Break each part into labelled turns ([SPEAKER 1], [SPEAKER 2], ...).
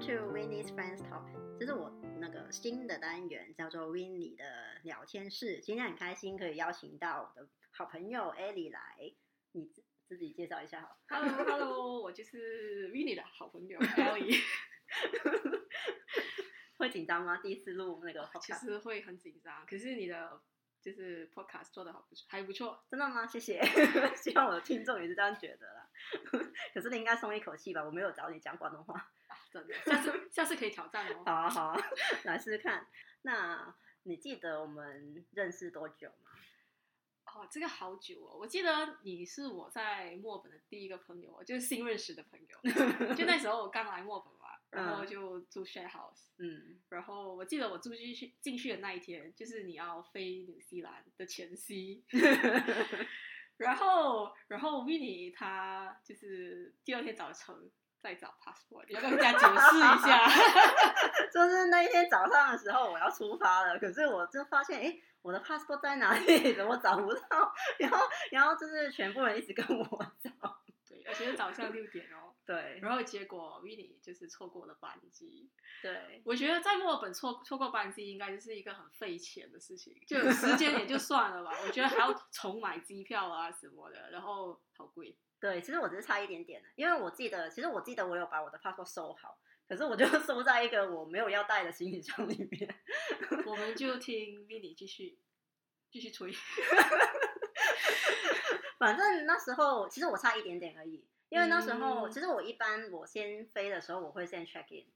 [SPEAKER 1] to Winnie's Friends Talk，这是我那个新的单元，叫做 Winnie 的聊天室。今天很开心可以邀请到我的好朋友 Ellie 来，你自自己介绍一下好了。
[SPEAKER 2] Hello Hello，我就是 Vinny 的好朋友 Ellie，
[SPEAKER 1] 会紧张吗？第一次录那个 p o
[SPEAKER 2] 哦其实会很紧张，可是你的就是 Podcast 做的好不错，还不错。啊
[SPEAKER 1] 真的吗？谢 谢，希望我的听众也是这样觉得啦。 可是你应该松一口气吧，我没有找你讲广东话。
[SPEAKER 2] 啊真的，下次下次可以挑战
[SPEAKER 1] 好
[SPEAKER 2] 哦。
[SPEAKER 1] 啊，好啊，来试试看。那你记得我们认识多久吗？
[SPEAKER 2] 哦，这个好久哦，我记得你是我在墨尔本的第一个朋友，就是新认识的朋 友。就那时候我刚来墨尔本嘛，然后
[SPEAKER 1] 嗯
[SPEAKER 2] 就住 share house，
[SPEAKER 1] 嗯，
[SPEAKER 2] 然后我记得我住进去进去的那一天，就是你要飞纽西兰的前夕。 然后，然后 Vinny 他就是第二天早晨再找 passport，你要不要跟大家解释一下？
[SPEAKER 1] 就是那一天早上的时候，我要出发了，可是我就发现，哎、我的 passport 在哪里？ 怎么找不到？然后，然后就是全部人一直跟我找。
[SPEAKER 2] 对，而且是早上六点哦。
[SPEAKER 1] 对
[SPEAKER 2] 然后结果 Vinny 就是错过了班机。
[SPEAKER 1] 对，
[SPEAKER 2] 我觉得在墨尔本错错过班机应该就是一个很费钱的事情，就时间也就算了吧，我觉得还要重买机票啊什么的，然后好贵。
[SPEAKER 1] 对，其实我只是差一点点的，因为我记得，其实我记得我有把我的 passport 收好，可是我就 收在一个我没有要带的行李箱里面。
[SPEAKER 2] 我们就听 Vinny 继续继续 吹。
[SPEAKER 1] 反正那时候其实我差一点点而已，因为那时候、
[SPEAKER 2] 嗯
[SPEAKER 1] 其实我一般我先飞的时候我会先 check in，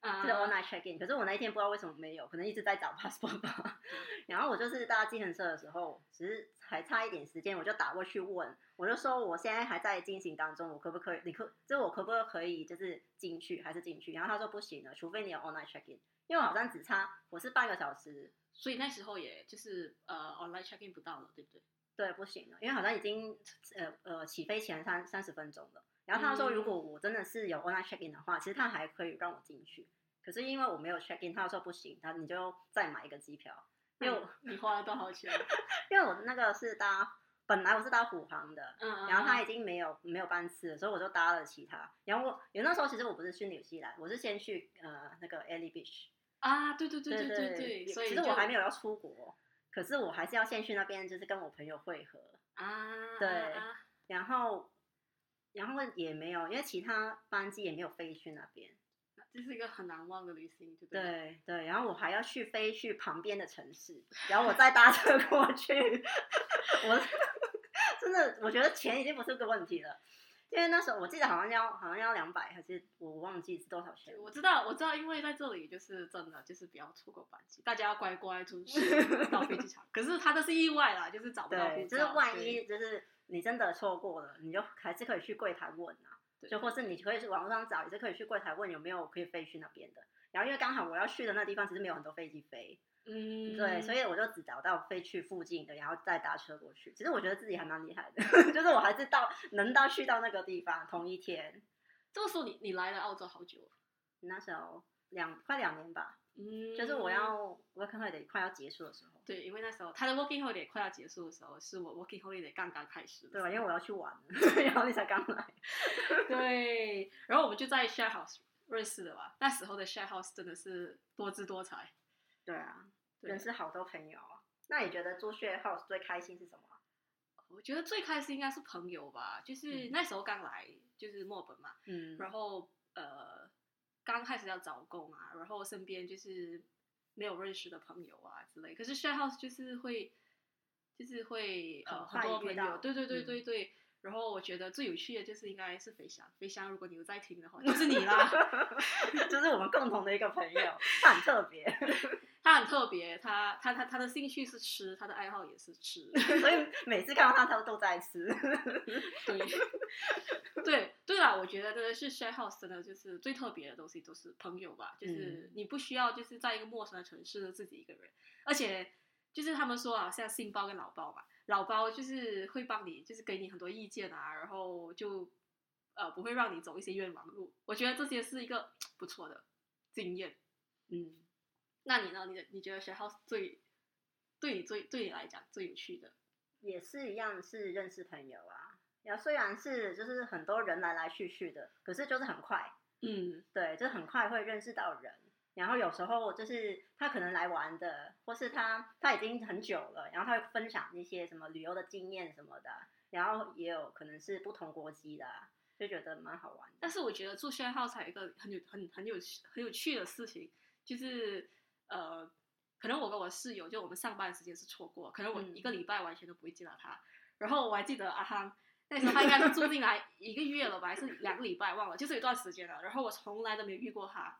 [SPEAKER 2] 啊
[SPEAKER 1] 就是 all night check in，可是我那一天不知道为什么没有，可能一直在找 passport 吧。然后我就是搭计程车的时候，只是还差一点时间，我就打过去问，我就说我现在还在进行当中，我可不可以？你可就是我可不可以就是进去还是进去？然后他说不行了，除非你有 all night check in，因为我好像只差我是半个小时，
[SPEAKER 2] 所以那时候也就是呃 online check in 不到了，对不对？
[SPEAKER 1] 对，不行了，因为好像已经呃呃起飞前三三十分钟了。然后他说，
[SPEAKER 2] 嗯
[SPEAKER 1] 如果我真的是有 online check in 的话，其实他还可以让我进去。可是因为我没有 check in，他说不行，他你就再买一个机票，因为我
[SPEAKER 2] 你花了多 少钱？
[SPEAKER 1] 因为我那个是搭本来我是搭虎航的，
[SPEAKER 2] 嗯，
[SPEAKER 1] 然后他
[SPEAKER 2] 也
[SPEAKER 1] 已经没有没有班次了，所以我就搭了其他。然后我有那时候其实我不是去纽西兰，我是先去呃那个 Ellie Beach，
[SPEAKER 2] 啊，对对对
[SPEAKER 1] 对
[SPEAKER 2] 对
[SPEAKER 1] 对，
[SPEAKER 2] 所以
[SPEAKER 1] 其实我还没
[SPEAKER 2] 有
[SPEAKER 1] 有要出国，可是我还是要先去那边，就是跟我朋友会合。
[SPEAKER 2] 啊，
[SPEAKER 1] 对
[SPEAKER 2] 啊啊
[SPEAKER 1] 然后然后也没有，因为其他班机也没有飞去那边。
[SPEAKER 2] 这是一个很难忘的旅行，对不对？
[SPEAKER 1] 对啊对，然后我还要去飞去旁边的城市，然后我再搭车过去。 我真的，我觉得钱已经不是个问题了，因为那时候我记得好像要好像要两百，还是我忘记是多少钱
[SPEAKER 2] 对
[SPEAKER 1] 了。
[SPEAKER 2] 我知道，我知道，因为在这里就是真的，就是不要错过班机，大家要乖乖准时到飞 机场。可是他的是意外啦，就是找不到护
[SPEAKER 1] 对，就是
[SPEAKER 2] 照
[SPEAKER 1] 万
[SPEAKER 2] 对
[SPEAKER 1] 一就是你真的错过了，你就还是可以去柜台问啊。
[SPEAKER 2] 对
[SPEAKER 1] 就或是你可以去网络上找，也是可以去柜台问有没有可以飞去那边的。然后因为刚好我要去的那地方其实没有很多飞机飞，
[SPEAKER 2] 嗯，
[SPEAKER 1] 对，所
[SPEAKER 2] 以
[SPEAKER 1] 以我就只找到飞去附近的，然后再搭车过去。其实我觉得自己还蛮厉害的， 就是我还是到能到去到那个地方同一天。
[SPEAKER 2] 这个时候你你来了澳洲好久了，
[SPEAKER 1] 那时候两快两年吧，
[SPEAKER 2] 嗯，
[SPEAKER 1] 就是我要 work holiday 快要结束的时候，
[SPEAKER 2] 对，因为那时候他的 working holiday 快要结束的时候，是我 working holiday 刚刚开始的时
[SPEAKER 1] 对
[SPEAKER 2] 候，
[SPEAKER 1] 吧？因为我要去玩了， 然后你才刚来，
[SPEAKER 2] 对，然后我们就在 share house 认识的吧。那时候的 share house 真的是多姿多彩，
[SPEAKER 1] 对啊，
[SPEAKER 2] 对
[SPEAKER 1] 认识好多朋友啊。那你觉得住 share house 最开心是什么啊？
[SPEAKER 2] 我觉得最开心应该是朋友吧，就是
[SPEAKER 1] 嗯
[SPEAKER 2] 那时候刚来就是墨尔本嘛，
[SPEAKER 1] 嗯
[SPEAKER 2] 然后呃刚开始要找工啊，然后身边就是没有认识的朋友啊之类。可是 share house 就是会就是会呃
[SPEAKER 1] 很
[SPEAKER 2] 很多
[SPEAKER 1] 快遇
[SPEAKER 2] 朋
[SPEAKER 1] 到
[SPEAKER 2] 友，对对对
[SPEAKER 1] 嗯
[SPEAKER 2] 对对。然后我觉得最有趣的就是应该是飞翔，飞翔如果你有在听的话，就是你啦。
[SPEAKER 1] 就是我们共同的一个朋友，他很特别，
[SPEAKER 2] 他很特别，他他他他的兴趣是吃，他的爱好也是吃，
[SPEAKER 1] 所以每次看到他，他都在吃。
[SPEAKER 2] 对，对对啦，我觉得真的是 share house 真的就是最特别的东西，都是朋友吧，就是你不需要就是在一个陌生的城市自己一个人，而且就是他们说好像新包跟老包嘛，老包就是会帮你，就是给你很多意见啊，然后就呃不会让你走一些冤枉路，我觉得这些是一个不错的经验。
[SPEAKER 1] 嗯，
[SPEAKER 2] 那你呢？你的你觉得 share house 最对你最对你来讲最有趣的？
[SPEAKER 1] 也是一样，是认识朋友啊。然后虽然是就是很多人来来去去的，可是就是很快，
[SPEAKER 2] 嗯，
[SPEAKER 1] 对，就是很快会认识到人。然后有时候就是他可能来玩的，或是他他已经很久了，然后他会分享一些什么旅游的经验什么的，然后也有可能是不同国籍的啊，就觉得蛮好玩的。
[SPEAKER 2] 但是我觉得做 share house 还有一个很有很很有很有趣的事情，就是呃，可能我跟我室友就我们上班时间是错过，可能我
[SPEAKER 1] 嗯
[SPEAKER 2] 一个礼拜完全都不会见到他。然后我还记得阿康那时候他应该是住进来一个月了吧，还是两个礼拜忘了，就是有一段时间了。然后我从来都没有遇过他。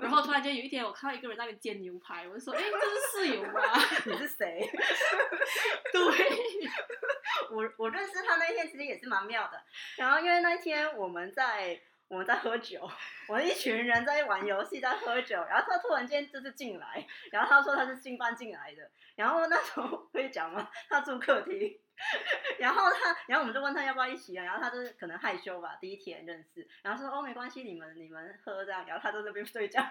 [SPEAKER 2] 然后突然间有一天，我看到一个人在那边煎牛排，我就说：“哎，这是室友吗
[SPEAKER 1] 你是谁？？”
[SPEAKER 2] 对，
[SPEAKER 1] 我我认识他那一天其实也是蛮妙的。然后因为那天我们在我们在喝酒，我们一群人在玩游戏在喝酒，然后他突然间就是进来，然后他说他是进班进来的，然后那时候可以讲吗？他住客厅。然后他，然后我们就问他要不要一起啊，然后他就是可能害羞吧，第一天认识，然后说哦没关系，你们你们喝这样，然后他在那边睡觉，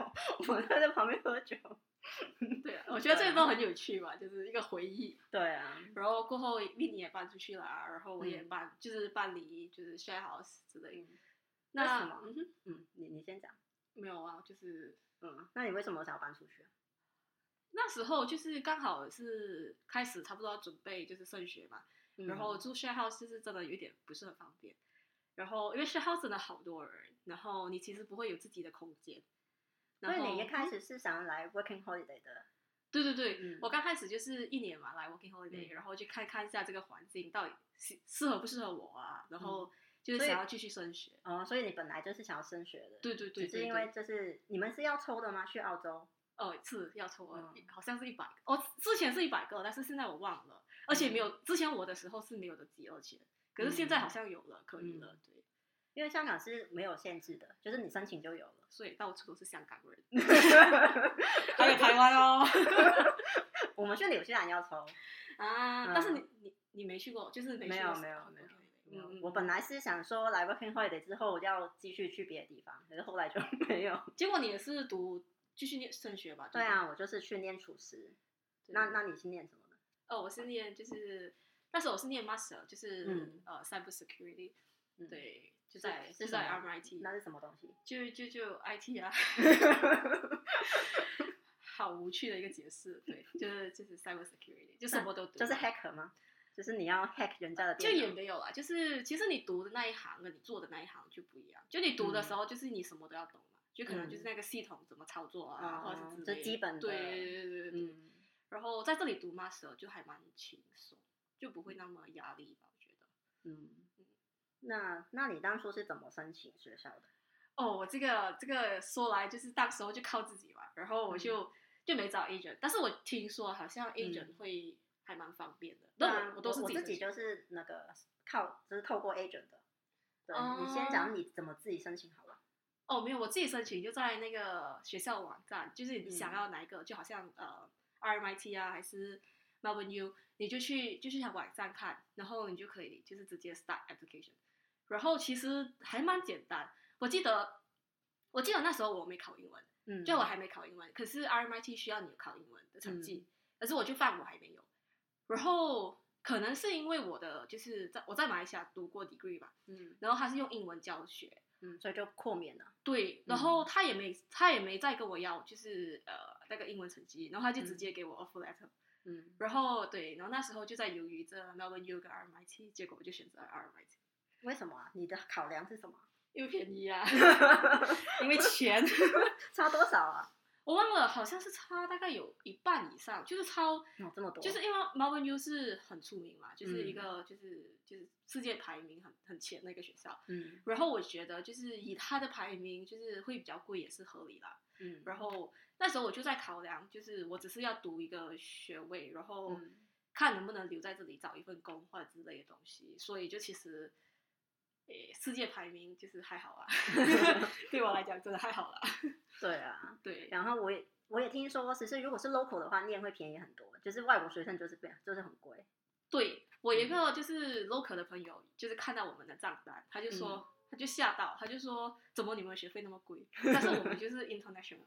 [SPEAKER 1] 我们在那旁边喝酒。
[SPEAKER 2] 对，啊我觉得这个都很有趣吧，就是一个回忆。
[SPEAKER 1] 对啊，
[SPEAKER 2] 然后过后 m i 也搬出去了啊，然后我也
[SPEAKER 1] 嗯
[SPEAKER 2] 搬，就是搬离就是 share house 之类的。
[SPEAKER 1] 那
[SPEAKER 2] 那
[SPEAKER 1] 什么
[SPEAKER 2] 嗯哼，
[SPEAKER 1] 嗯，你你先讲，
[SPEAKER 2] 没有啊，就是
[SPEAKER 1] 嗯，那你为什么想要搬出去啊？
[SPEAKER 2] 那时候就是刚好是开始差不多要准备就是升学嘛，
[SPEAKER 1] 嗯
[SPEAKER 2] 然后住 share house 就是真的有点不是很方便。然后因为 share house 真的好多人，然后你其实不会有自己的空间。
[SPEAKER 1] 所以
[SPEAKER 2] 然后
[SPEAKER 1] 你一开
[SPEAKER 2] 嗯
[SPEAKER 1] 始是想来 working holiday 的，
[SPEAKER 2] 对对对，
[SPEAKER 1] 嗯
[SPEAKER 2] 我刚开始就是一年嘛来 working holiday，、
[SPEAKER 1] 嗯
[SPEAKER 2] 然后去看看一下这个环境到底适适合不适合我啊，然后就是
[SPEAKER 1] 嗯所以
[SPEAKER 2] 想要继续升学。
[SPEAKER 1] 哦，所以你本来就是想要升学的，
[SPEAKER 2] 对对对对
[SPEAKER 1] 只是因
[SPEAKER 2] 对
[SPEAKER 1] 为就是你们是要抽的吗？去澳洲？
[SPEAKER 2] 哦，是要抽啊，
[SPEAKER 1] 嗯
[SPEAKER 2] 好像是一百个。哦，之前是一百个，但是现在我忘了，而且没有、
[SPEAKER 1] 嗯
[SPEAKER 2] 之前我的时候是没有的集二签，可是现在好像有了，可
[SPEAKER 1] 嗯
[SPEAKER 2] 以了，对。
[SPEAKER 1] 因为香港是没有限制的，就是你申请就有了。
[SPEAKER 2] 所以到处都是香港人， 还有台湾哦
[SPEAKER 1] 我们去纽西兰要抽，
[SPEAKER 2] 啊！
[SPEAKER 1] 嗯
[SPEAKER 2] 但是你你你没去过，就是没
[SPEAKER 1] 没
[SPEAKER 2] 去
[SPEAKER 1] 有
[SPEAKER 2] 过
[SPEAKER 1] 没有
[SPEAKER 2] ，OK，OK，
[SPEAKER 1] 没有
[SPEAKER 2] 嗯嗯，
[SPEAKER 1] 我本来是想说来 working holiday 之后要继续去别的地方，可是后来就 没有。
[SPEAKER 2] 结果你也是读继续念升学吧？
[SPEAKER 1] 对
[SPEAKER 2] 吧，
[SPEAKER 1] 啊，我就是去念厨师。
[SPEAKER 2] 对
[SPEAKER 1] 那那你是念什么的？
[SPEAKER 2] 哦，我是念就是那时候我是念 master，就是、
[SPEAKER 1] 嗯
[SPEAKER 2] 呃 cyber security，
[SPEAKER 1] 嗯，
[SPEAKER 2] 对，就是在
[SPEAKER 1] 是
[SPEAKER 2] 就
[SPEAKER 1] 什
[SPEAKER 2] 在
[SPEAKER 1] 么
[SPEAKER 2] MIT，
[SPEAKER 1] 那是什么东西？
[SPEAKER 2] 就就就 IT 啊，好无趣的一个解释，对，就是就是 cyber security，就什么都读，
[SPEAKER 1] 啊就是 hacker 吗？就是你要 hack 人家的
[SPEAKER 2] 就
[SPEAKER 1] 电脑？
[SPEAKER 2] 啊也没有啦，就是其实你读的那一行跟你做的那一行就不一样。就你读的
[SPEAKER 1] 嗯
[SPEAKER 2] 时候，就是你什么都要懂嘛，就可能就是那个系统怎么操作啊，
[SPEAKER 1] 嗯
[SPEAKER 2] 或者是之类
[SPEAKER 1] 就基本的
[SPEAKER 2] 对对对对对。
[SPEAKER 1] 嗯。
[SPEAKER 2] 然后在这里读 master 就还蛮轻松，就不会那么压力吧，我觉得。
[SPEAKER 1] 嗯，那那你当初是怎么申请学校的？
[SPEAKER 2] 哦，我这个这个说来就是到时候就靠自己嘛，然后
[SPEAKER 1] 嗯
[SPEAKER 2] 我就、就没找 agent，但是我听说好像 agent 会还蛮方便的，那、
[SPEAKER 1] 那
[SPEAKER 2] 我我都
[SPEAKER 1] 嗯
[SPEAKER 2] 是
[SPEAKER 1] 啊我
[SPEAKER 2] 自
[SPEAKER 1] 自己
[SPEAKER 2] 己申请
[SPEAKER 1] 就是那个靠，就是透过 agent 的。对、你先
[SPEAKER 2] 哦
[SPEAKER 1] 讲你怎么自己申请好了。
[SPEAKER 2] 哦，没有，我自己申请就在那个学校网站，就是你想
[SPEAKER 1] 嗯
[SPEAKER 2] 要哪一个，就好像呃 RMIT 啊，还是 Melbourne U，你就去就去它网站看，然后你就可以就是直接 start application。然后其实还蛮简单，我记得我记得那时候我没考英文，
[SPEAKER 1] 嗯
[SPEAKER 2] 就我还没考英文，可是 RMIT 需要你有考英文的成绩，可是我就犯我还没有。然后可能是因为我的就是在我在马来西亚读过 degree 吧，
[SPEAKER 1] 嗯
[SPEAKER 2] 然后它是用英文教学，
[SPEAKER 1] 嗯，所以就豁免了。
[SPEAKER 2] 对，然后他也没他也没再跟我要，就是呃那个英文成绩，然后他就直接给我 offer letter，、
[SPEAKER 1] 嗯，
[SPEAKER 2] 然后对，然后那时候就在犹豫这 Melbourne U 跟 RMIT，结果我就选择了 RMIT，
[SPEAKER 1] 为什么啊、你的考量是什么？
[SPEAKER 2] 因为便宜啊，因为钱，
[SPEAKER 1] 差多少啊？
[SPEAKER 2] 我忘了好像是差大概有一半以上，就是超，
[SPEAKER 1] 哦，这么多。
[SPEAKER 2] 就是因为 Melbourne U 是很出名嘛，就是一
[SPEAKER 1] 嗯
[SPEAKER 2] 个就是就是世界排名很很前的一个学校，
[SPEAKER 1] 嗯
[SPEAKER 2] 然后我觉得就是以它的排名就是会比较贵也是合理啦。
[SPEAKER 1] 嗯，
[SPEAKER 2] 然后那时候我就在考量，就是我只是要读一个学位，然后
[SPEAKER 1] 嗯
[SPEAKER 2] 看能不能留在这里找一份工或者之类的东西。所以就其实，诶，世界排名就是 还好啊，对我来讲真的还好啦。
[SPEAKER 1] 对啊。
[SPEAKER 2] 对，
[SPEAKER 1] 然后我也我也听说，其实如果是 local 的话，念会便宜很多，就是外国学生就是变就是很贵。
[SPEAKER 2] 对我
[SPEAKER 1] 嗯
[SPEAKER 2] 一个就是 local 的朋友，就是看到我们的账单，他就
[SPEAKER 1] 嗯
[SPEAKER 2] 说。他就吓到，他就说：“怎么你们学费那么贵？”但是我们就是 international，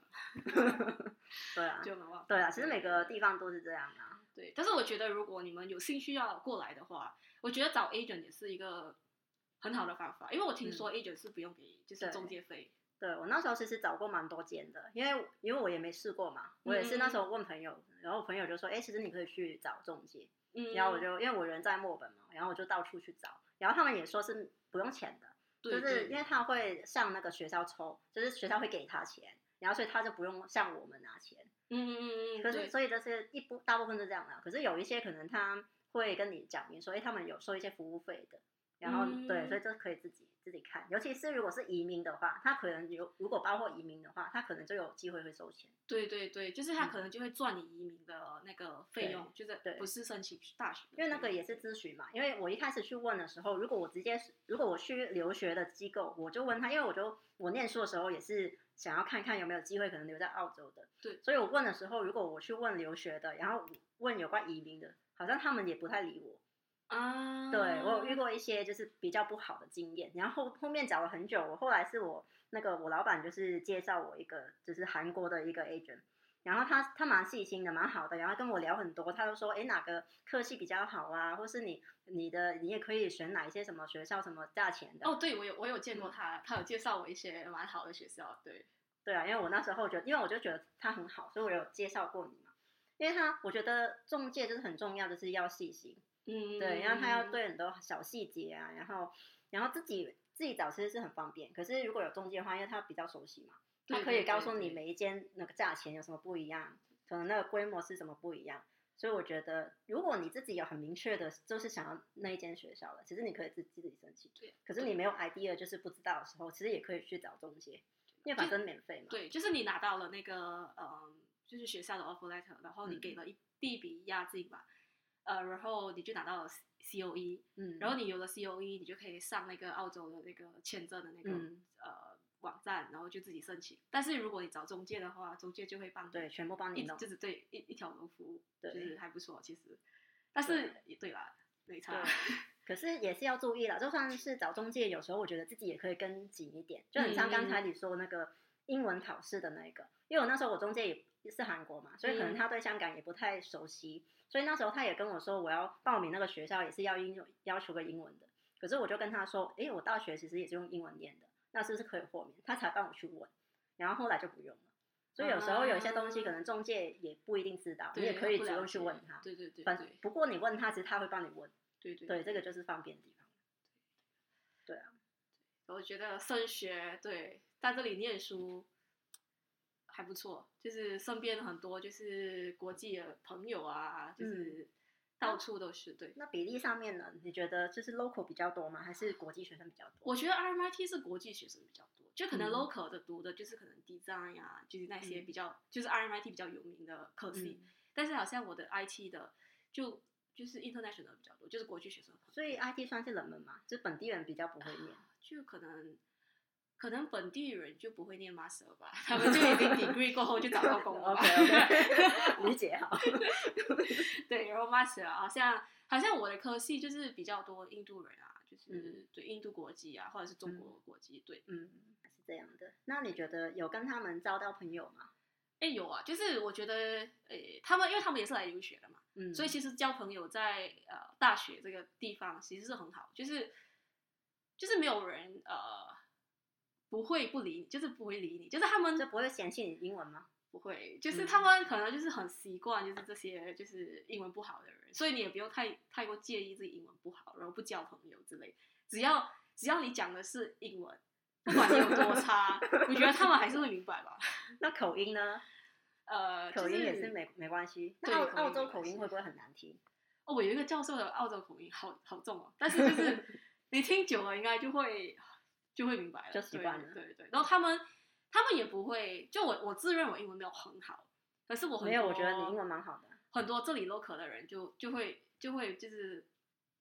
[SPEAKER 1] 对啊，
[SPEAKER 2] 就很忘。
[SPEAKER 1] 对啊，其实每个地方都是这样啊。
[SPEAKER 2] 对，但是我觉得如果你们有兴趣要过来的话，我觉得找 agent 也是一个很好的方法，因为我听说 agent 是不用给就
[SPEAKER 1] 嗯
[SPEAKER 2] 是
[SPEAKER 1] 对
[SPEAKER 2] 中介费，
[SPEAKER 1] 对我那时候其实找过蛮多间的，因为因为我也没试过嘛，我也是
[SPEAKER 2] 嗯
[SPEAKER 1] 那时候问朋友，然后我朋友就说，哎、其实你可以去找中介，
[SPEAKER 2] 嗯，
[SPEAKER 1] 然后我就因为我人在墨本嘛，然后我就到处去找，然后他们也说是不用钱的，
[SPEAKER 2] 对
[SPEAKER 1] 就是因
[SPEAKER 2] 对
[SPEAKER 1] 为他会向那个学校抽，就是学校会给他钱，然后所以他就不用向我们拿钱。
[SPEAKER 2] 嗯嗯嗯嗯，
[SPEAKER 1] 可
[SPEAKER 2] 对
[SPEAKER 1] 是所以就是一部大部分是这样的，可是有一些可能他会跟你讲明说，哎、他们有收一些服务费的，然后、对，
[SPEAKER 2] 嗯
[SPEAKER 1] 所以就可以自己自己看，尤其是如果是移民的话，他可能有如果包括移民的话，他可能就有机会会收钱。
[SPEAKER 2] 对对对，就是他
[SPEAKER 1] 嗯
[SPEAKER 2] 可能就会赚你移民的那个费用，就是
[SPEAKER 1] 对
[SPEAKER 2] 不是申请大学的费
[SPEAKER 1] 因
[SPEAKER 2] 用，
[SPEAKER 1] 为那个也是咨询嘛，因为我一开始去问的时候，如果我直接是如果我去留学的机构，我就问他，因为我就我念书的时候也是想要看看有没有机会可能留在澳洲的，
[SPEAKER 2] 对
[SPEAKER 1] 所以我问的时候，如果我去问留学的，然后问有关移民的，好像他们也不太理我。
[SPEAKER 2] 啊，
[SPEAKER 1] 对我有遇过一些就是比较不好的经验，然后后后面找了很久，我后来是我那个我老板就是介绍我一个就是韩国的一个 agent，然后他他蛮细心的，蛮好的，然后跟我聊很多，他就说诶哪个科系比较好啊，或是你你的你也可以选哪一些什么学校什么价钱的，
[SPEAKER 2] 哦，对我有我有见
[SPEAKER 1] 嗯
[SPEAKER 2] 过他，他有介绍我一些蛮好的学校，对，
[SPEAKER 1] 对啊，因为我那时候觉得，因为我就觉得他很好，所以我有介绍过你嘛，因为他我觉得中介就是很重要，就是要细心，
[SPEAKER 2] 嗯，
[SPEAKER 1] 对，然后他要对很多小细节啊，然后然后自己自己找其实是很方便，可是如果有中介的话，因为他比较熟悉嘛，
[SPEAKER 2] 对
[SPEAKER 1] 他可以
[SPEAKER 2] 对
[SPEAKER 1] 告
[SPEAKER 2] 对
[SPEAKER 1] 诉你
[SPEAKER 2] 对
[SPEAKER 1] 每一间那个价钱有什么不一样，可能那个规模是什么不一样。所以我觉得，如果你自己有很明确的，就是想要那一间学校了，其实你可以自自己申请。
[SPEAKER 2] 对
[SPEAKER 1] 可是你没有 idea，就是不知道的时候，其实也可以去找中介，因为反正免费嘛。
[SPEAKER 2] 对，就是你拿到了那个呃，就是学校的 offer letter，然后你
[SPEAKER 1] 嗯
[SPEAKER 2] 给了一第一笔押金吧，呃，然后你就拿到了 C O E，
[SPEAKER 1] 嗯，
[SPEAKER 2] 然后你有了 C O E，你就可以上那个澳洲的那个签证的那个、
[SPEAKER 1] 嗯
[SPEAKER 2] 呃网站，然后就自己申请。但是如果你找中介的话，中介就会帮你
[SPEAKER 1] 对，全部帮你
[SPEAKER 2] 一
[SPEAKER 1] 弄
[SPEAKER 2] 就。是对一一条龙服务，
[SPEAKER 1] 对
[SPEAKER 2] 就是还不错其实。但是也对啦，没差。
[SPEAKER 1] 可是也是要注意啦，就算是找中介，有时候我觉得自己也可以跟紧一点，就很像刚
[SPEAKER 2] 嗯
[SPEAKER 1] 才你说那个英文考试的那个，因为我那时候我中介也是韩国嘛，所以
[SPEAKER 2] 嗯
[SPEAKER 1] 可能他对香港也不太熟悉，所以那时候他也跟我说我要报名那个学校也是要英要求个英文的，可是我就跟他说，诶，我大学其实也是用英文念的，那是不是可以豁免？他才帮我去问，然后后来就不用了。所以有时候有一些东西可能中介也不一定知道，你
[SPEAKER 2] 哦对
[SPEAKER 1] 也可以
[SPEAKER 2] 他
[SPEAKER 1] 主
[SPEAKER 2] 不了
[SPEAKER 1] 动去
[SPEAKER 2] 解
[SPEAKER 1] 问他。
[SPEAKER 2] 对对对
[SPEAKER 1] 反
[SPEAKER 2] 对
[SPEAKER 1] 不过你问他，其实他会帮你问。
[SPEAKER 2] 对对
[SPEAKER 1] 对，这个就是方便的地方。
[SPEAKER 2] 我觉得升学对在这里念书还不错，就是身边很多就是国际的朋友啊，
[SPEAKER 1] 嗯
[SPEAKER 2] 就是到处都是。对，
[SPEAKER 1] 那比例上面呢？你觉得就是 local 比较多吗？还是国际学生比较多？
[SPEAKER 2] 我觉得 RMIT 是国际学生比较多，就可
[SPEAKER 1] 嗯
[SPEAKER 2] 能 local 的读的就是可能 design 呀、就是那些
[SPEAKER 1] 嗯
[SPEAKER 2] 比较、就是 RMIT 比较有名的科系，
[SPEAKER 1] 嗯，
[SPEAKER 2] 但是好像我的 IT 的就就是 international 比较多，就是国际学生很多。
[SPEAKER 1] 所以 IT 算是冷门嘛，就是本地人比较不会念。
[SPEAKER 2] 就可能可能本地人就不会念 master 吧，他们就已经 degree 过后就找到工 了吧。
[SPEAKER 1] OK OK，理解好。
[SPEAKER 2] 对，然后 master 啊好像好像我的科系就是比较多印度人啊，就是、对印度国籍啊，或者是中国国籍。对，
[SPEAKER 1] 嗯，是这样的。那你觉得有跟他们交到朋友吗？
[SPEAKER 2] 哎有啊，就是我觉得诶、他们因为他们也是来留学的嘛，
[SPEAKER 1] 嗯，
[SPEAKER 2] 所以其实交朋友在呃大学这个地方其实是很好，就是就是没有人呃不会不理你，就是不会理你，就是他们
[SPEAKER 1] 就不会嫌弃你英文吗？
[SPEAKER 2] 不会，就是
[SPEAKER 1] 嗯
[SPEAKER 2] 他们可能就是很习惯，就是这些就是英文不好的人，所以你也不用太太过介意自己英文不好，然后不交朋友之类。只要只要你讲的是英文，不管你有多差， 我觉得他们还是会明白吧。
[SPEAKER 1] 那口音呢？
[SPEAKER 2] 呃，
[SPEAKER 1] 口音也是
[SPEAKER 2] 就是、
[SPEAKER 1] 没没关系。
[SPEAKER 2] 对
[SPEAKER 1] 那澳
[SPEAKER 2] 口音
[SPEAKER 1] 澳
[SPEAKER 2] 没
[SPEAKER 1] 洲
[SPEAKER 2] 关
[SPEAKER 1] 口音
[SPEAKER 2] 系
[SPEAKER 1] 会不会很难听？
[SPEAKER 2] 哦，我有一个教授的澳洲口音，好好重哦，但是就是 你听久了，应该就会就会明白了，
[SPEAKER 1] 就习惯了
[SPEAKER 2] 对对对，然后他们他们也不会，就我我自认我英文没有很好，可是我很
[SPEAKER 1] 没有，我
[SPEAKER 2] 多
[SPEAKER 1] 觉得你英文蛮好的。
[SPEAKER 2] 很多这里 local 的人就就会就会就是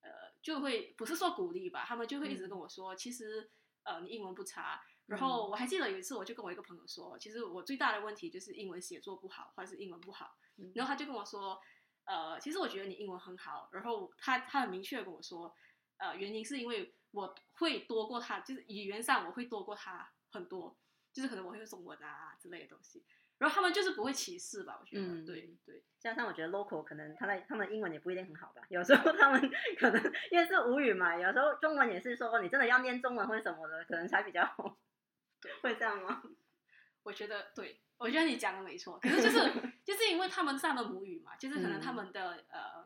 [SPEAKER 2] 呃就会不是说鼓励吧，他们就会一直
[SPEAKER 1] 嗯
[SPEAKER 2] 跟我说，其实呃你英文不差。然后我还记得有一次，我就跟我一个朋友说，其实我最大的问题就是英文写作不好，或者是英文不好。
[SPEAKER 1] 嗯
[SPEAKER 2] 然后他就跟我说，呃，其实我觉得你英文很好。然后他他很明确地跟我说，呃，原因是因为我会多过他，就是语言上我会多过他很多，就是可能我会用中文啊之类的东西。然后他们就是不会歧视吧，我觉得，
[SPEAKER 1] 嗯
[SPEAKER 2] 对对。
[SPEAKER 1] 加上我觉得 local 可能他的他们的英文也不一定很好吧，有时候他们 可能因为是母语嘛，有时候中文也是说你真的要念中文或者什么的，可能才比较好。 会这样吗？
[SPEAKER 2] 我觉得对，我觉得你讲的没错，可是就是 就是因为他们上的母语嘛，就是可
[SPEAKER 1] 嗯
[SPEAKER 2] 能他们的、呃，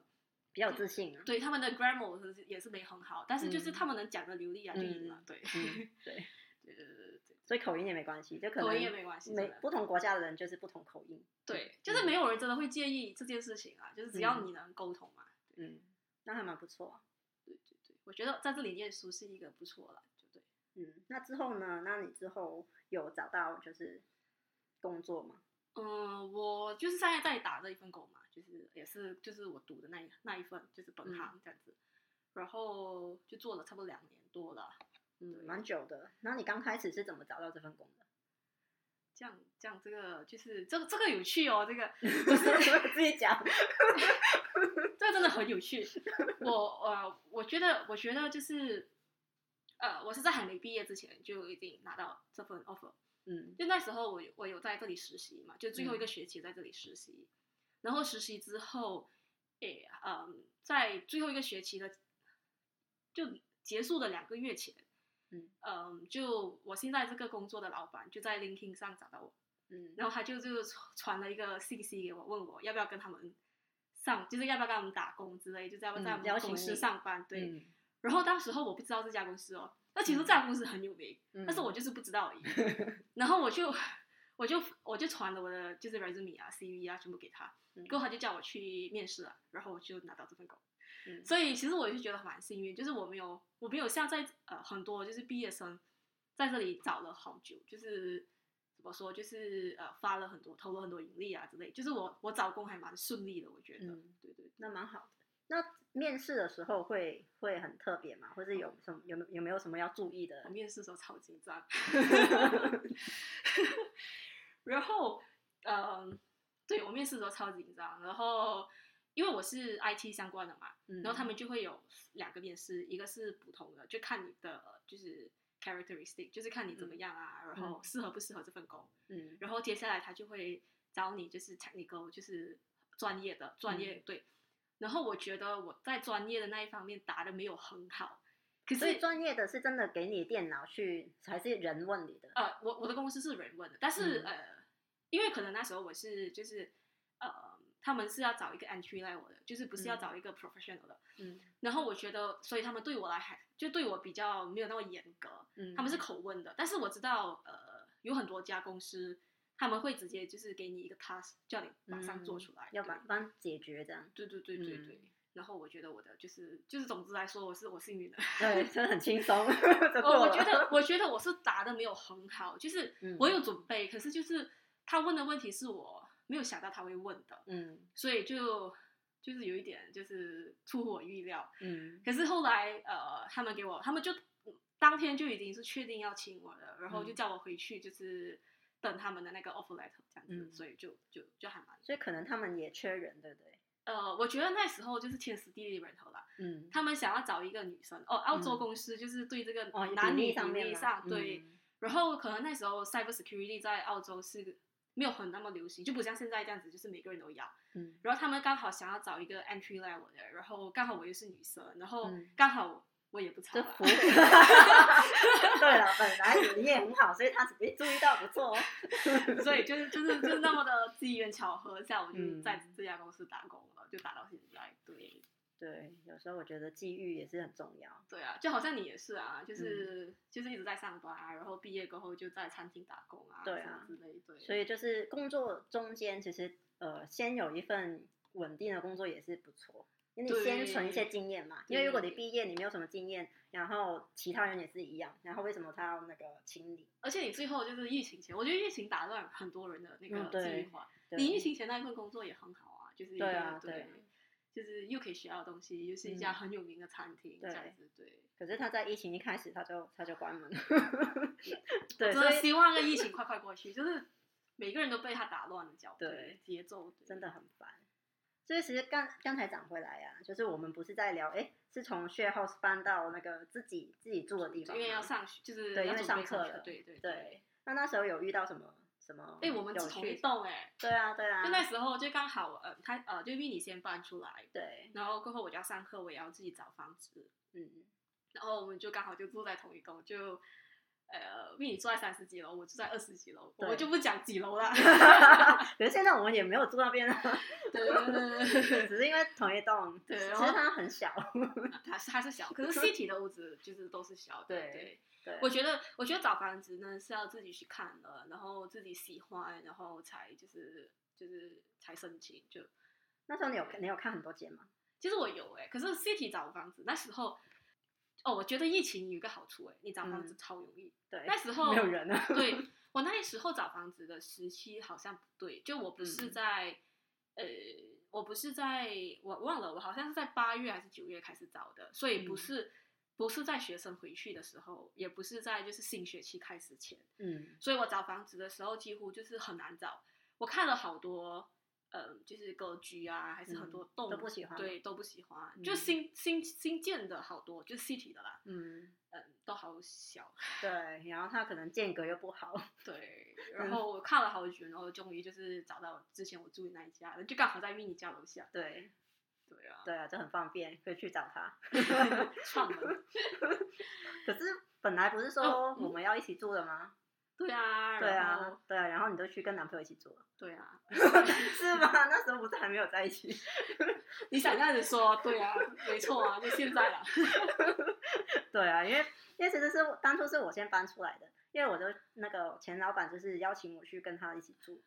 [SPEAKER 1] 比较有自信啊。
[SPEAKER 2] 对他们的 grammar 是也是没很好，但是就是
[SPEAKER 1] 嗯
[SPEAKER 2] 他们能讲的流利啊，就赢了。对，
[SPEAKER 1] 嗯，对，
[SPEAKER 2] 对对对对
[SPEAKER 1] 所以口音也没关系，就可
[SPEAKER 2] 对，
[SPEAKER 1] 能
[SPEAKER 2] 口音也没关系，
[SPEAKER 1] 每
[SPEAKER 2] 真的
[SPEAKER 1] 不同国家的人就是不同口音。
[SPEAKER 2] 对，嗯就是没有人真的会介意这件事情啊，就是只要
[SPEAKER 1] 嗯
[SPEAKER 2] 你能沟通嘛。
[SPEAKER 1] 嗯，那还蛮不错啊。
[SPEAKER 2] 对对对，我觉得在这里念书是一个不错了，就对。
[SPEAKER 1] 嗯，那之后呢？那你之后有找到就是工作吗？
[SPEAKER 2] 嗯，我就是现在在打这一份工嘛，就是也是就是我读的那一那一份，就是本行这样子，然后就做了差不多两年多了，嗯，
[SPEAKER 1] 蛮久的。那你刚开始是怎么找到这份工 的？
[SPEAKER 2] 这样这样这个就是这个这个有趣哦， 这个
[SPEAKER 1] 我自己讲。
[SPEAKER 2] 这个真的很有趣。我呃，我觉得我觉得就是呃，我是在还没毕业之前就已经拿到这份 offer，
[SPEAKER 1] 嗯
[SPEAKER 2] 就那时候我有我有在这里实习嘛，就最后一个学期在这里实习，然后实习之后，诶，嗯，在最后一个学期的就结束的两个月前，
[SPEAKER 1] 嗯
[SPEAKER 2] 嗯，就我现在这个工作的老板就在 LinkedIn 上找到我，
[SPEAKER 1] 嗯，
[SPEAKER 2] 然后他就就是传了一个信息给我，问我要不要跟他们上，就是要不要跟他们打工之类，就是要不要在
[SPEAKER 1] 嗯
[SPEAKER 2] 我
[SPEAKER 1] 邀
[SPEAKER 2] 们
[SPEAKER 1] 请
[SPEAKER 2] 公司
[SPEAKER 1] 你
[SPEAKER 2] 上班，对。
[SPEAKER 1] 嗯，
[SPEAKER 2] 然后当时候我不知道这家公司哦，那其实这家公司很有名，
[SPEAKER 1] 嗯
[SPEAKER 2] 但是我就是不知道而已。 然后我就我就我就传了我的就是 resume 啊、CV 啊全部给他，
[SPEAKER 1] 嗯
[SPEAKER 2] 过后他就叫我去面试了，然后我就拿到这份工。
[SPEAKER 1] 嗯
[SPEAKER 2] 所以其实我也是觉得蛮幸运，就是我没有我没有像在呃很多就是毕业生在这里找了好久，就是怎么说就是呃发了很多投了很多盈利啊之类，就是我我找工还蛮顺利的，我觉得。
[SPEAKER 1] 嗯
[SPEAKER 2] 对对
[SPEAKER 1] 那蛮好的。那面试的时候会会很特别吗？或是有什么有没有有没有什么要注意
[SPEAKER 2] 我
[SPEAKER 1] 的？
[SPEAKER 2] 面试的时候超紧张， 然后，嗯，对我面试的时候超紧张，然后因为我是 IT 相关的嘛，
[SPEAKER 1] 嗯
[SPEAKER 2] 然后他们就会有两个面试，一个是普通的，就看你的呃就是 characteristic，就是看你怎么样啊，然后适合不适合这份工，
[SPEAKER 1] 嗯
[SPEAKER 2] 然后接下来他就会找你就是 technical，就是专业的专业、对，然后我觉得我在专业的那一方面答的没有很好，可
[SPEAKER 1] 所以
[SPEAKER 2] 是
[SPEAKER 1] 专业的是真的给你电脑去，还是人问你的？
[SPEAKER 2] 呃，我我的公司是人问的，但是、
[SPEAKER 1] 嗯
[SPEAKER 2] 呃，因为可能那时候我是就是呃，他们是要找一个 entry level 的，就是不是要
[SPEAKER 1] 嗯
[SPEAKER 2] 找一个 professional 的。
[SPEAKER 1] 嗯
[SPEAKER 2] 然后我觉得，所以他们对我来还就对我比较没有那么严格，
[SPEAKER 1] 嗯
[SPEAKER 2] 他们是口问的。但是我知道，呃，有很多家公司他们会直接就是给你一个 task，叫你马上
[SPEAKER 1] 嗯
[SPEAKER 2] 做出来，
[SPEAKER 1] 要
[SPEAKER 2] 对
[SPEAKER 1] 帮帮解决 这样。
[SPEAKER 2] 对对对对对。
[SPEAKER 1] 嗯
[SPEAKER 2] 然后我觉得我的就是就是，总之来说，我是我幸运的。
[SPEAKER 1] 对，真的很轻松。 就
[SPEAKER 2] 哦我
[SPEAKER 1] 过
[SPEAKER 2] 我
[SPEAKER 1] 了
[SPEAKER 2] 觉得，我觉得我是答的没有很好，就是
[SPEAKER 1] 嗯
[SPEAKER 2] 我有准备，可是就是他问的问题是我没有想到他会问的，
[SPEAKER 1] 嗯
[SPEAKER 2] 所以就就是有一点就是出乎我预料。
[SPEAKER 1] 嗯
[SPEAKER 2] 可是后来呃，他们给我，他们就当天就已经是确定要请我了，然后就
[SPEAKER 1] 嗯
[SPEAKER 2] 叫我回去就是等他们的那个 offer letter 这样子，
[SPEAKER 1] 嗯
[SPEAKER 2] 所以就就就还蛮
[SPEAKER 1] 所以可能他们也缺人，对不对？
[SPEAKER 2] 呃，我觉得那时候就是天时地利人和啦，
[SPEAKER 1] 嗯，
[SPEAKER 2] 他们想要找一个女生哦，澳洲
[SPEAKER 1] 嗯
[SPEAKER 2] 公司就是对这个
[SPEAKER 1] 哦，
[SPEAKER 2] 男
[SPEAKER 1] 比
[SPEAKER 2] 女
[SPEAKER 1] 例上
[SPEAKER 2] 比
[SPEAKER 1] 面
[SPEAKER 2] 例
[SPEAKER 1] 嘛
[SPEAKER 2] 上对。，
[SPEAKER 1] 嗯
[SPEAKER 2] 然后可能那时候 cyber security 在澳洲是没有很那么流行，就不像现在这样子，就是每个人都要。
[SPEAKER 1] 嗯
[SPEAKER 2] 然后他们刚好想要找一个 entry level 的，然后刚好我又是女生，然后
[SPEAKER 1] 嗯
[SPEAKER 2] 刚好我也不差
[SPEAKER 1] 这
[SPEAKER 2] 啦
[SPEAKER 1] 服务， 对了，本来你也很好，所以他只注意到不错哦。
[SPEAKER 2] 所以就是就是就是那么的机缘巧合下，我就
[SPEAKER 1] 嗯
[SPEAKER 2] 在这家公司打工了，就打到现在。对
[SPEAKER 1] 对，有时候我觉得际遇也是很重要。
[SPEAKER 2] 对啊，就好像你也是啊，
[SPEAKER 1] 嗯
[SPEAKER 2] 就是、就是一直在上班啊，然后毕业过后就在餐厅打工啊，
[SPEAKER 1] 对
[SPEAKER 2] 什么
[SPEAKER 1] 啊
[SPEAKER 2] 之类对。
[SPEAKER 1] 所以就是工作中间，其实呃，先有一份稳定的工作也是不错，因为你先存一些
[SPEAKER 2] 对
[SPEAKER 1] 经验嘛。因为如果你
[SPEAKER 2] 对
[SPEAKER 1] 毕业你没有什么经验，然后其他人也是一样，然后为什么他要那个请你？
[SPEAKER 2] 而且你最后就是疫情前，我觉得疫情打乱很多人的那个
[SPEAKER 1] 嗯对
[SPEAKER 2] 计划。
[SPEAKER 1] 对
[SPEAKER 2] 你疫情前那一份工作也很好啊，就是一个
[SPEAKER 1] 对啊
[SPEAKER 2] 对
[SPEAKER 1] 对嗯
[SPEAKER 2] 就是又可以学到东西，又是一家很有名的餐厅，
[SPEAKER 1] 对
[SPEAKER 2] 这样子对。
[SPEAKER 1] 可是他在疫情一开始他就他就关门 了，
[SPEAKER 2] 我
[SPEAKER 1] 对，
[SPEAKER 2] 真
[SPEAKER 1] 所
[SPEAKER 2] 的
[SPEAKER 1] 以
[SPEAKER 2] 希望那个疫 情快快过去，就是每个人都被他打乱了脚步
[SPEAKER 1] 对
[SPEAKER 2] 节奏，对
[SPEAKER 1] 真的很烦。所以其实刚刚才讲回来呀、就是我们不是在聊，哎，是从 share house 搬到那个自己自己住的地方
[SPEAKER 2] 因
[SPEAKER 1] 吗，
[SPEAKER 2] 为要上学，就是
[SPEAKER 1] 啊对
[SPEAKER 2] 要
[SPEAKER 1] 因为
[SPEAKER 2] 准
[SPEAKER 1] 上
[SPEAKER 2] 备
[SPEAKER 1] 课
[SPEAKER 2] 学
[SPEAKER 1] 了
[SPEAKER 2] 对对
[SPEAKER 1] 对。那那时候有遇到什么什么？
[SPEAKER 2] 哎，我们只
[SPEAKER 1] 有
[SPEAKER 2] 同一
[SPEAKER 1] 趣？
[SPEAKER 2] 栋哎，
[SPEAKER 1] 对啊，对啊，
[SPEAKER 2] 就那时候就刚好呃，他呃，就因为你先搬出来，
[SPEAKER 1] 对，
[SPEAKER 2] 然后过后我就要上课，我也要自己找房子，
[SPEAKER 1] 嗯
[SPEAKER 2] 然后我们就刚好就住在同一栋，就呃，因为你住在三十几楼，我住在二十几楼，
[SPEAKER 1] 对
[SPEAKER 2] 我就不讲几楼啦。
[SPEAKER 1] 可是现在我们也没有住那边啊，
[SPEAKER 2] 对对对对对，
[SPEAKER 1] 只是因为同一栋，
[SPEAKER 2] 对
[SPEAKER 1] 其
[SPEAKER 2] 然
[SPEAKER 1] 实
[SPEAKER 2] 后
[SPEAKER 1] 它很小，
[SPEAKER 2] 它是它是小，可是 city 的屋子就是都是小的。
[SPEAKER 1] 对
[SPEAKER 2] 对，
[SPEAKER 1] 对，
[SPEAKER 2] 我觉得我觉得找房子呢是要自己去看了，然后自己喜欢，然后才就是就是才申请就。
[SPEAKER 1] 那时候你有你有看很多间吗？
[SPEAKER 2] 其实我有哎、可是 City 找房子那时候，哦，我觉得疫情有一个好处哎、你找房子
[SPEAKER 1] 嗯
[SPEAKER 2] 超容易。
[SPEAKER 1] 对，
[SPEAKER 2] 那时候
[SPEAKER 1] 没有人啊。
[SPEAKER 2] 对我那时候找房子的时期好像不对，就我不是
[SPEAKER 1] 嗯
[SPEAKER 2] 在、呃，我不是在我忘了，我好像是在八月还是九月开始找的，所以不
[SPEAKER 1] 嗯
[SPEAKER 2] 是、不是在学生回去的时候，也不是在就是新学期开始前，
[SPEAKER 1] 嗯
[SPEAKER 2] 所以我找房子的时候几乎就是很难找。我看了好多，呃，就是格局啊，还是很多栋、
[SPEAKER 1] 嗯都不喜欢
[SPEAKER 2] 对，都不喜欢。就
[SPEAKER 1] 嗯
[SPEAKER 2] 新新新建的好多，就是 city 的啦，
[SPEAKER 1] 嗯，
[SPEAKER 2] 嗯、都好小。
[SPEAKER 1] 对，然后它可能间隔又不好，
[SPEAKER 2] 对，
[SPEAKER 1] 嗯
[SPEAKER 2] 然后我看了好久，然后终于就是找到之前我住的那一家，就刚好在迷你家楼下。
[SPEAKER 1] 对
[SPEAKER 2] 对 啊，
[SPEAKER 1] 对啊，就很方便，可以去找他。
[SPEAKER 2] 串门。
[SPEAKER 1] 可是本来不是说
[SPEAKER 2] 哦嗯
[SPEAKER 1] 我们要一起住的吗？
[SPEAKER 2] 对啊，
[SPEAKER 1] 对
[SPEAKER 2] 然
[SPEAKER 1] 啊
[SPEAKER 2] 后，
[SPEAKER 1] 对啊，然后你就去跟男朋友一起住了，
[SPEAKER 2] 对啊，
[SPEAKER 1] 是吗？ 那时候不是还没有在一起？
[SPEAKER 2] 你想这样子说，对啊，没错啊，就现在啦。
[SPEAKER 1] 对啊，因为因为其实是我当初是我先搬出来的，因为我的那个前老板就是邀请我去跟他一起住，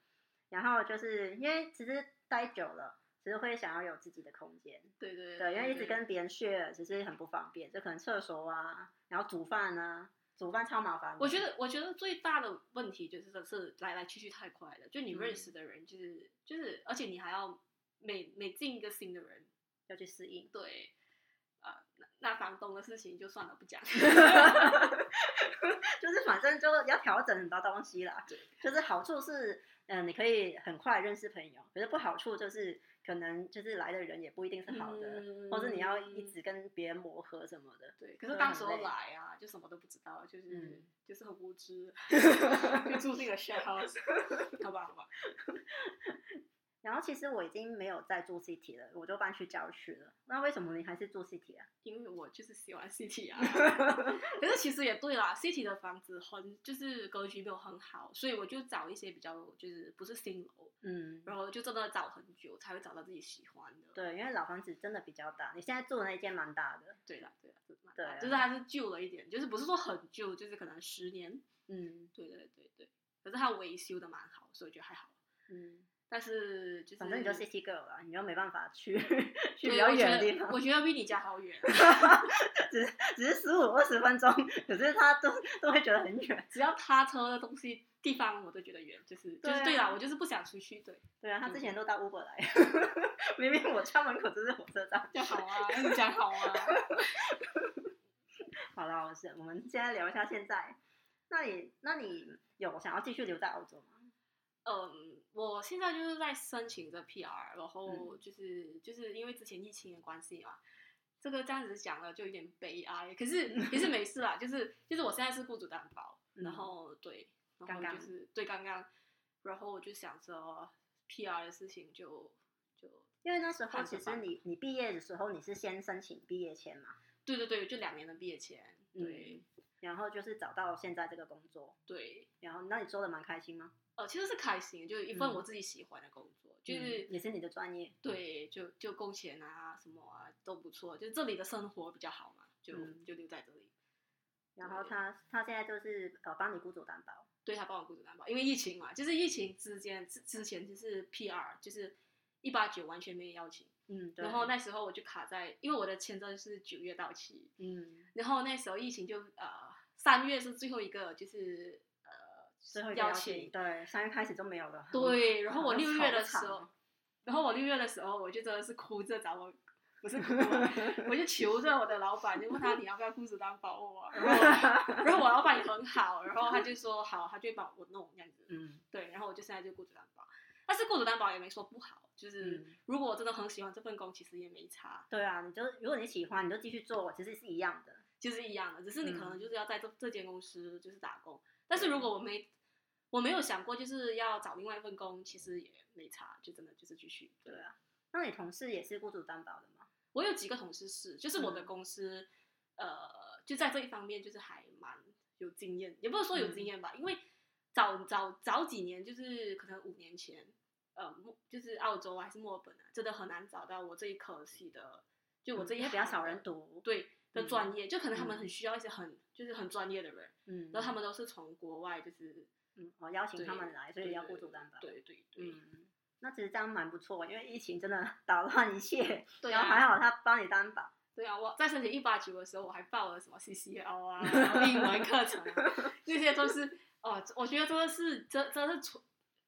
[SPEAKER 1] 然后就是因为其实待久了，其实会想要有自己的空间，
[SPEAKER 2] 对对
[SPEAKER 1] 对，因为一直
[SPEAKER 2] 嗯
[SPEAKER 1] 跟别人 share 其实很不方便，就可能厕所啊，然后煮饭啊，煮饭超麻烦的。
[SPEAKER 2] 我觉得，我觉得最大的问题就是这是来来去去太快了，就你
[SPEAKER 1] 嗯
[SPEAKER 2] 认识的人就是、就是，而且你还要每每进一个新的人，
[SPEAKER 1] 要去适应。
[SPEAKER 2] 对，啊、那那房东的事情就算了，不讲。
[SPEAKER 1] 就是反正就要调整很多东西啦。就是好处是，嗯、你可以很快认识朋友，可是不好处就是可能就是来的人也不一定是 好的，
[SPEAKER 2] 嗯
[SPEAKER 1] 或是你要一直跟别人磨合什么的。
[SPEAKER 2] 对，可是
[SPEAKER 1] 真的
[SPEAKER 2] 当
[SPEAKER 1] 很
[SPEAKER 2] 时候
[SPEAKER 1] 嗯累
[SPEAKER 2] 来啊，就什么都不知道，就是、
[SPEAKER 1] 嗯
[SPEAKER 2] 就是很无 知，就住进了 share house，好吧好吧，
[SPEAKER 1] 然后其实我已经没有再住 city 了，我就搬去郊区了。那为什么你还是住 city 啊？
[SPEAKER 2] 因为我就是喜欢 city 啊。可是其实也对啦，city 的房子很就是格局没有很好，所以我就找一些比较就是不是新楼。
[SPEAKER 1] 嗯，
[SPEAKER 2] 然后就真的找很久才会找到自己喜欢的。
[SPEAKER 1] 对，因为老房子真的比较大，你现在住的那一间蛮大的。
[SPEAKER 2] 对啦，对啦，对啦，
[SPEAKER 1] 对啊
[SPEAKER 2] 就是还是旧了一点，就是不是说很旧，就是可能十年。
[SPEAKER 1] 嗯
[SPEAKER 2] 对对对对，可是它维修的蛮好，所以我觉得还好。
[SPEAKER 1] 嗯，
[SPEAKER 2] 但是就是
[SPEAKER 1] 反正你就 city girl 了，你又没办法去去
[SPEAKER 2] 对
[SPEAKER 1] 比较
[SPEAKER 2] 我觉
[SPEAKER 1] 远的
[SPEAKER 2] 得
[SPEAKER 1] 地方。
[SPEAKER 2] 我觉得比你家好远啊，
[SPEAKER 1] 只是只是十五二十分钟，可是他都都会觉得很远。
[SPEAKER 2] 只要他车的东西地方我都觉得远，就是就
[SPEAKER 1] 对啊
[SPEAKER 2] 是对啦，我就是不想出去，对，
[SPEAKER 1] 对啊，他
[SPEAKER 2] 嗯
[SPEAKER 1] 之前都到 Uber 来， 明明我家门口就是火车站。
[SPEAKER 2] 就好啊，你讲好啊。
[SPEAKER 1] 好了，我是我们现在聊一下现在。那你那你有想要继续留在澳洲吗？
[SPEAKER 2] 嗯，我现在就是在申请着 PR，然后
[SPEAKER 1] 嗯
[SPEAKER 2] 就是、就是因为之前疫情的关系嘛，这个这样子讲了就有点悲哀。可是其实没事啦，就是就是我现在是雇主担保，
[SPEAKER 1] 嗯
[SPEAKER 2] 然后对，然
[SPEAKER 1] 刚
[SPEAKER 2] 后
[SPEAKER 1] 刚
[SPEAKER 2] 就是对刚刚，然后我就想着 PR 的事情就就
[SPEAKER 1] 因为那时候
[SPEAKER 2] 看着
[SPEAKER 1] 其实
[SPEAKER 2] 办
[SPEAKER 1] 你你毕业的时候你是先申请毕业签嘛，
[SPEAKER 2] 对对对，就两年的毕业前，
[SPEAKER 1] 嗯
[SPEAKER 2] 对、
[SPEAKER 1] 然后就是找到现在这个工作，
[SPEAKER 2] 对，
[SPEAKER 1] 然后那你做的蛮开心吗？
[SPEAKER 2] 呃，其实是开心，就是一份
[SPEAKER 1] 嗯
[SPEAKER 2] 我自己喜欢的工作，就是。
[SPEAKER 1] 嗯也是你的专业，
[SPEAKER 2] 对，就就工钱啊什么啊都不错，就这里的生活比较好嘛，就、
[SPEAKER 1] 嗯
[SPEAKER 2] 就留在这里。
[SPEAKER 1] 然后
[SPEAKER 2] 对
[SPEAKER 1] 他他现在就是呃帮你雇主担保，
[SPEAKER 2] 对他帮我雇主担保，因为疫情嘛，就是疫情之间之之前就是 PR，就是一八九完全没有邀请，
[SPEAKER 1] 嗯，对
[SPEAKER 2] 然后那时候我就卡在，因为我的签证是九月到期，
[SPEAKER 1] 嗯
[SPEAKER 2] 然后那时候疫情就呃三月是最后一个就是呃
[SPEAKER 1] 最后一个
[SPEAKER 2] 邀
[SPEAKER 1] 邀请，对，三月开始就没有了，
[SPEAKER 2] 对，然后
[SPEAKER 1] 好
[SPEAKER 2] 我六月的时
[SPEAKER 1] 惨
[SPEAKER 2] 候
[SPEAKER 1] 哦，
[SPEAKER 2] 然后我六月的时候，我就真的是哭着找我，不是哭啊，我就求着我的老板，就问他你要不要雇主担保我啊、然后，然后我老板也很好，然后他就说好，他就帮我弄这样子。
[SPEAKER 1] 嗯
[SPEAKER 2] 对，然后我就现在就雇主担保，但是雇主担保也没说不好，就是
[SPEAKER 1] 嗯
[SPEAKER 2] 如果我真的很喜欢这份工，其实也没差，
[SPEAKER 1] 对啊，你就如果你喜欢，你就继续做，其实是一样的。
[SPEAKER 2] 就是一样的，只是你可能
[SPEAKER 1] 嗯
[SPEAKER 2] 就是要在这这间公司就是打工，但是如果我没。我没有想过就是要找另外一份工，其实也没差，就真的就是继续。
[SPEAKER 1] 对啊，那你同事也是雇主担保的吗？
[SPEAKER 2] 我有几个同事是，就是我的
[SPEAKER 1] 嗯
[SPEAKER 2] 公司，呃，就在这一方面就是还蛮有经验，也不是说有经
[SPEAKER 1] 嗯
[SPEAKER 2] 验吧，因为早早早几年就是可能五年前，呃，墨就是澳洲啊还是墨尔本啊，真的很难找到我这一科系的，就我这一
[SPEAKER 1] 因为
[SPEAKER 2] 行
[SPEAKER 1] 比较少人读，
[SPEAKER 2] 对的
[SPEAKER 1] 嗯
[SPEAKER 2] 专业，就可能他们
[SPEAKER 1] 嗯
[SPEAKER 2] 很需要一些很就是很专业的人，
[SPEAKER 1] 嗯，
[SPEAKER 2] 然后他们都是从国外就是
[SPEAKER 1] 嗯，我邀请
[SPEAKER 2] 对
[SPEAKER 1] 他们来，所以
[SPEAKER 2] 对
[SPEAKER 1] 要
[SPEAKER 2] 对
[SPEAKER 1] 雇主担保，
[SPEAKER 2] 对对对，
[SPEAKER 1] 嗯，那其实这样蛮不错，因为疫情真的 打乱一切，
[SPEAKER 2] 对
[SPEAKER 1] 然后
[SPEAKER 2] 啊
[SPEAKER 1] 还好他帮你担保，
[SPEAKER 2] 对啊，我在申请一八九的时候，我还报了什么 CCL 啊、然后英文课程 啊，这些都是哦，我觉得真的是真真的是准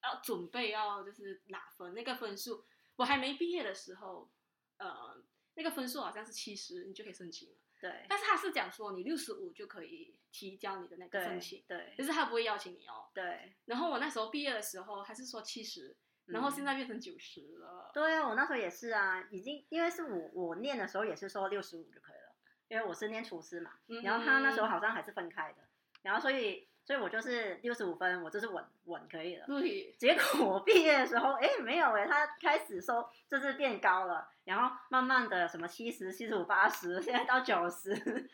[SPEAKER 2] 要准备要就是拿分那个分数，我还没毕业的时候，呃，那个分数好像是七十，你就可以申请了，
[SPEAKER 1] 对，
[SPEAKER 2] 但是他是讲说你六十五就可以提交你的那个申
[SPEAKER 1] 对
[SPEAKER 2] 请，，
[SPEAKER 1] 对，
[SPEAKER 2] 可是他不会邀请你哦。
[SPEAKER 1] 对，
[SPEAKER 2] 然后我那时候毕业的时候，他是说七十，然后
[SPEAKER 1] 嗯
[SPEAKER 2] 现在变成九十了。
[SPEAKER 1] 对啊，我那时候也是啊，已经因为是我我念的时候也是说六十五就可以了，因为我是念厨师嘛，
[SPEAKER 2] 嗯
[SPEAKER 1] 然后他那时候好像还是分开的，然后所以所以我就是六十五分，我就是稳稳可以了。
[SPEAKER 2] 对
[SPEAKER 1] 结果我毕业的时候，哎，没有哎，他开始收就是变高了，然后慢慢的什么七十、七十五、八十，现在到九十，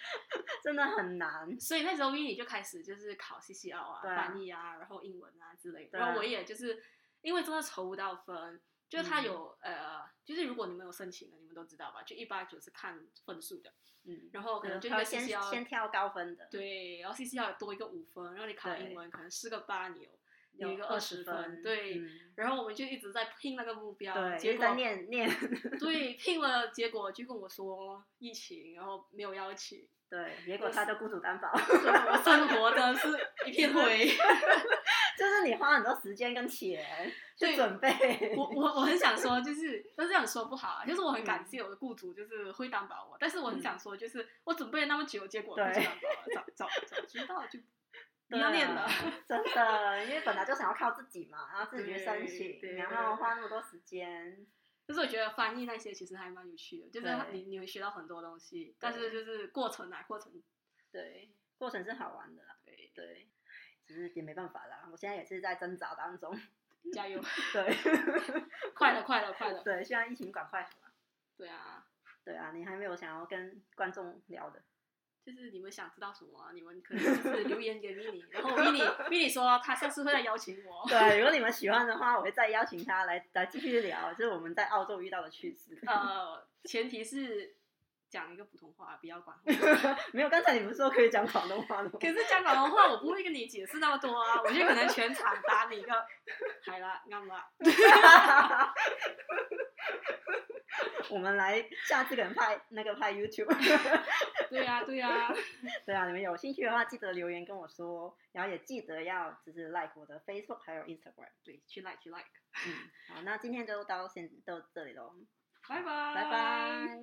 [SPEAKER 1] 真的很难。
[SPEAKER 2] 所以那时候 Vinny 就开始就是考 CCL 啊、
[SPEAKER 1] 对啊
[SPEAKER 2] 翻译啊，然后英文啊之类的。
[SPEAKER 1] 对啊
[SPEAKER 2] 然后我也就是因为真的筹不到分，就是他
[SPEAKER 1] 嗯
[SPEAKER 2] 有、呃，就是如果你们有申请的，你们都知道吧，就一八九是看分数的，
[SPEAKER 1] 嗯，
[SPEAKER 2] 然后可能就
[SPEAKER 1] 他
[SPEAKER 2] 那
[SPEAKER 1] 会
[SPEAKER 2] 个
[SPEAKER 1] 先先
[SPEAKER 2] CCL
[SPEAKER 1] 挑高分的，
[SPEAKER 2] 对，然后 CCL 也多一个五分，然后你考
[SPEAKER 1] 对
[SPEAKER 2] 英文可能四个八你有有一个
[SPEAKER 1] 二
[SPEAKER 2] 20
[SPEAKER 1] 十
[SPEAKER 2] 分对
[SPEAKER 1] 嗯
[SPEAKER 2] 然后我们就一直在拼那个目标，
[SPEAKER 1] 对，一
[SPEAKER 2] 结
[SPEAKER 1] 直
[SPEAKER 2] 果
[SPEAKER 1] 在念念，
[SPEAKER 2] 对拼了，结果就跟我说疫情，然后没有邀 请，
[SPEAKER 1] 对，结果他就孤主担保。
[SPEAKER 2] 所以我生活真的是一片灰。
[SPEAKER 1] 就是你花很多时间跟钱去
[SPEAKER 2] 对
[SPEAKER 1] 准备，
[SPEAKER 2] 我我我很想说，就是但是这样说不好啊，就是我很
[SPEAKER 1] 嗯
[SPEAKER 2] 感谢我的雇主，就是会担保我，但是我很想说，就是我准备了那么久，结果不
[SPEAKER 1] 对
[SPEAKER 2] 担保 我，早早早知道就不
[SPEAKER 1] 对
[SPEAKER 2] 要
[SPEAKER 1] 啊
[SPEAKER 2] 念了。
[SPEAKER 1] 真的，因为本来就想要靠自己嘛，然后自己去申
[SPEAKER 2] 对
[SPEAKER 1] 请，
[SPEAKER 2] 对
[SPEAKER 1] 然后花那么多时间，
[SPEAKER 2] 就是我觉得翻译那些其实还蛮有趣的，就是
[SPEAKER 1] 对
[SPEAKER 2] 你你会学到很多东西，但是就是过程啊过程，
[SPEAKER 1] 对，过程是好玩的啦，
[SPEAKER 2] 对，
[SPEAKER 1] 对，只是也没办法啦，我现在也是在挣扎当中，
[SPEAKER 2] 加油，
[SPEAKER 1] 对，
[SPEAKER 2] 快了快了快了，
[SPEAKER 1] 对，希望疫情赶快好了。
[SPEAKER 2] 对啊，
[SPEAKER 1] 对啊，你还没有想要跟观众聊的，
[SPEAKER 2] 就是你们想知道什么啊，你们可以就是留言给 mini，然后 mini mini 说他下次会再邀请我。
[SPEAKER 1] 对，如果你们喜欢的话，我会再邀请他来来继续聊，就是我们在澳洲遇到的趣事。
[SPEAKER 2] 呃，前提是讲一个普通话，不要管我。
[SPEAKER 1] 没有，刚才你不是说可以讲广东话的吗？
[SPEAKER 2] 可是讲广东话，我不会跟你解释那么多啊，我就可能全场打你一 个，系啦，啱啦，
[SPEAKER 1] 我们来下次可能拍那个拍 YouTube。
[SPEAKER 2] 对呀、对呀、
[SPEAKER 1] 对啊，你们有兴趣的话，记得留言跟我说，然后也记得要就是 like 我的 Facebook 还有 Instagram。
[SPEAKER 2] 对，去 like 去 like，
[SPEAKER 1] 嗯，好，那今天就到先到这里喽，
[SPEAKER 2] 拜拜
[SPEAKER 1] 拜拜。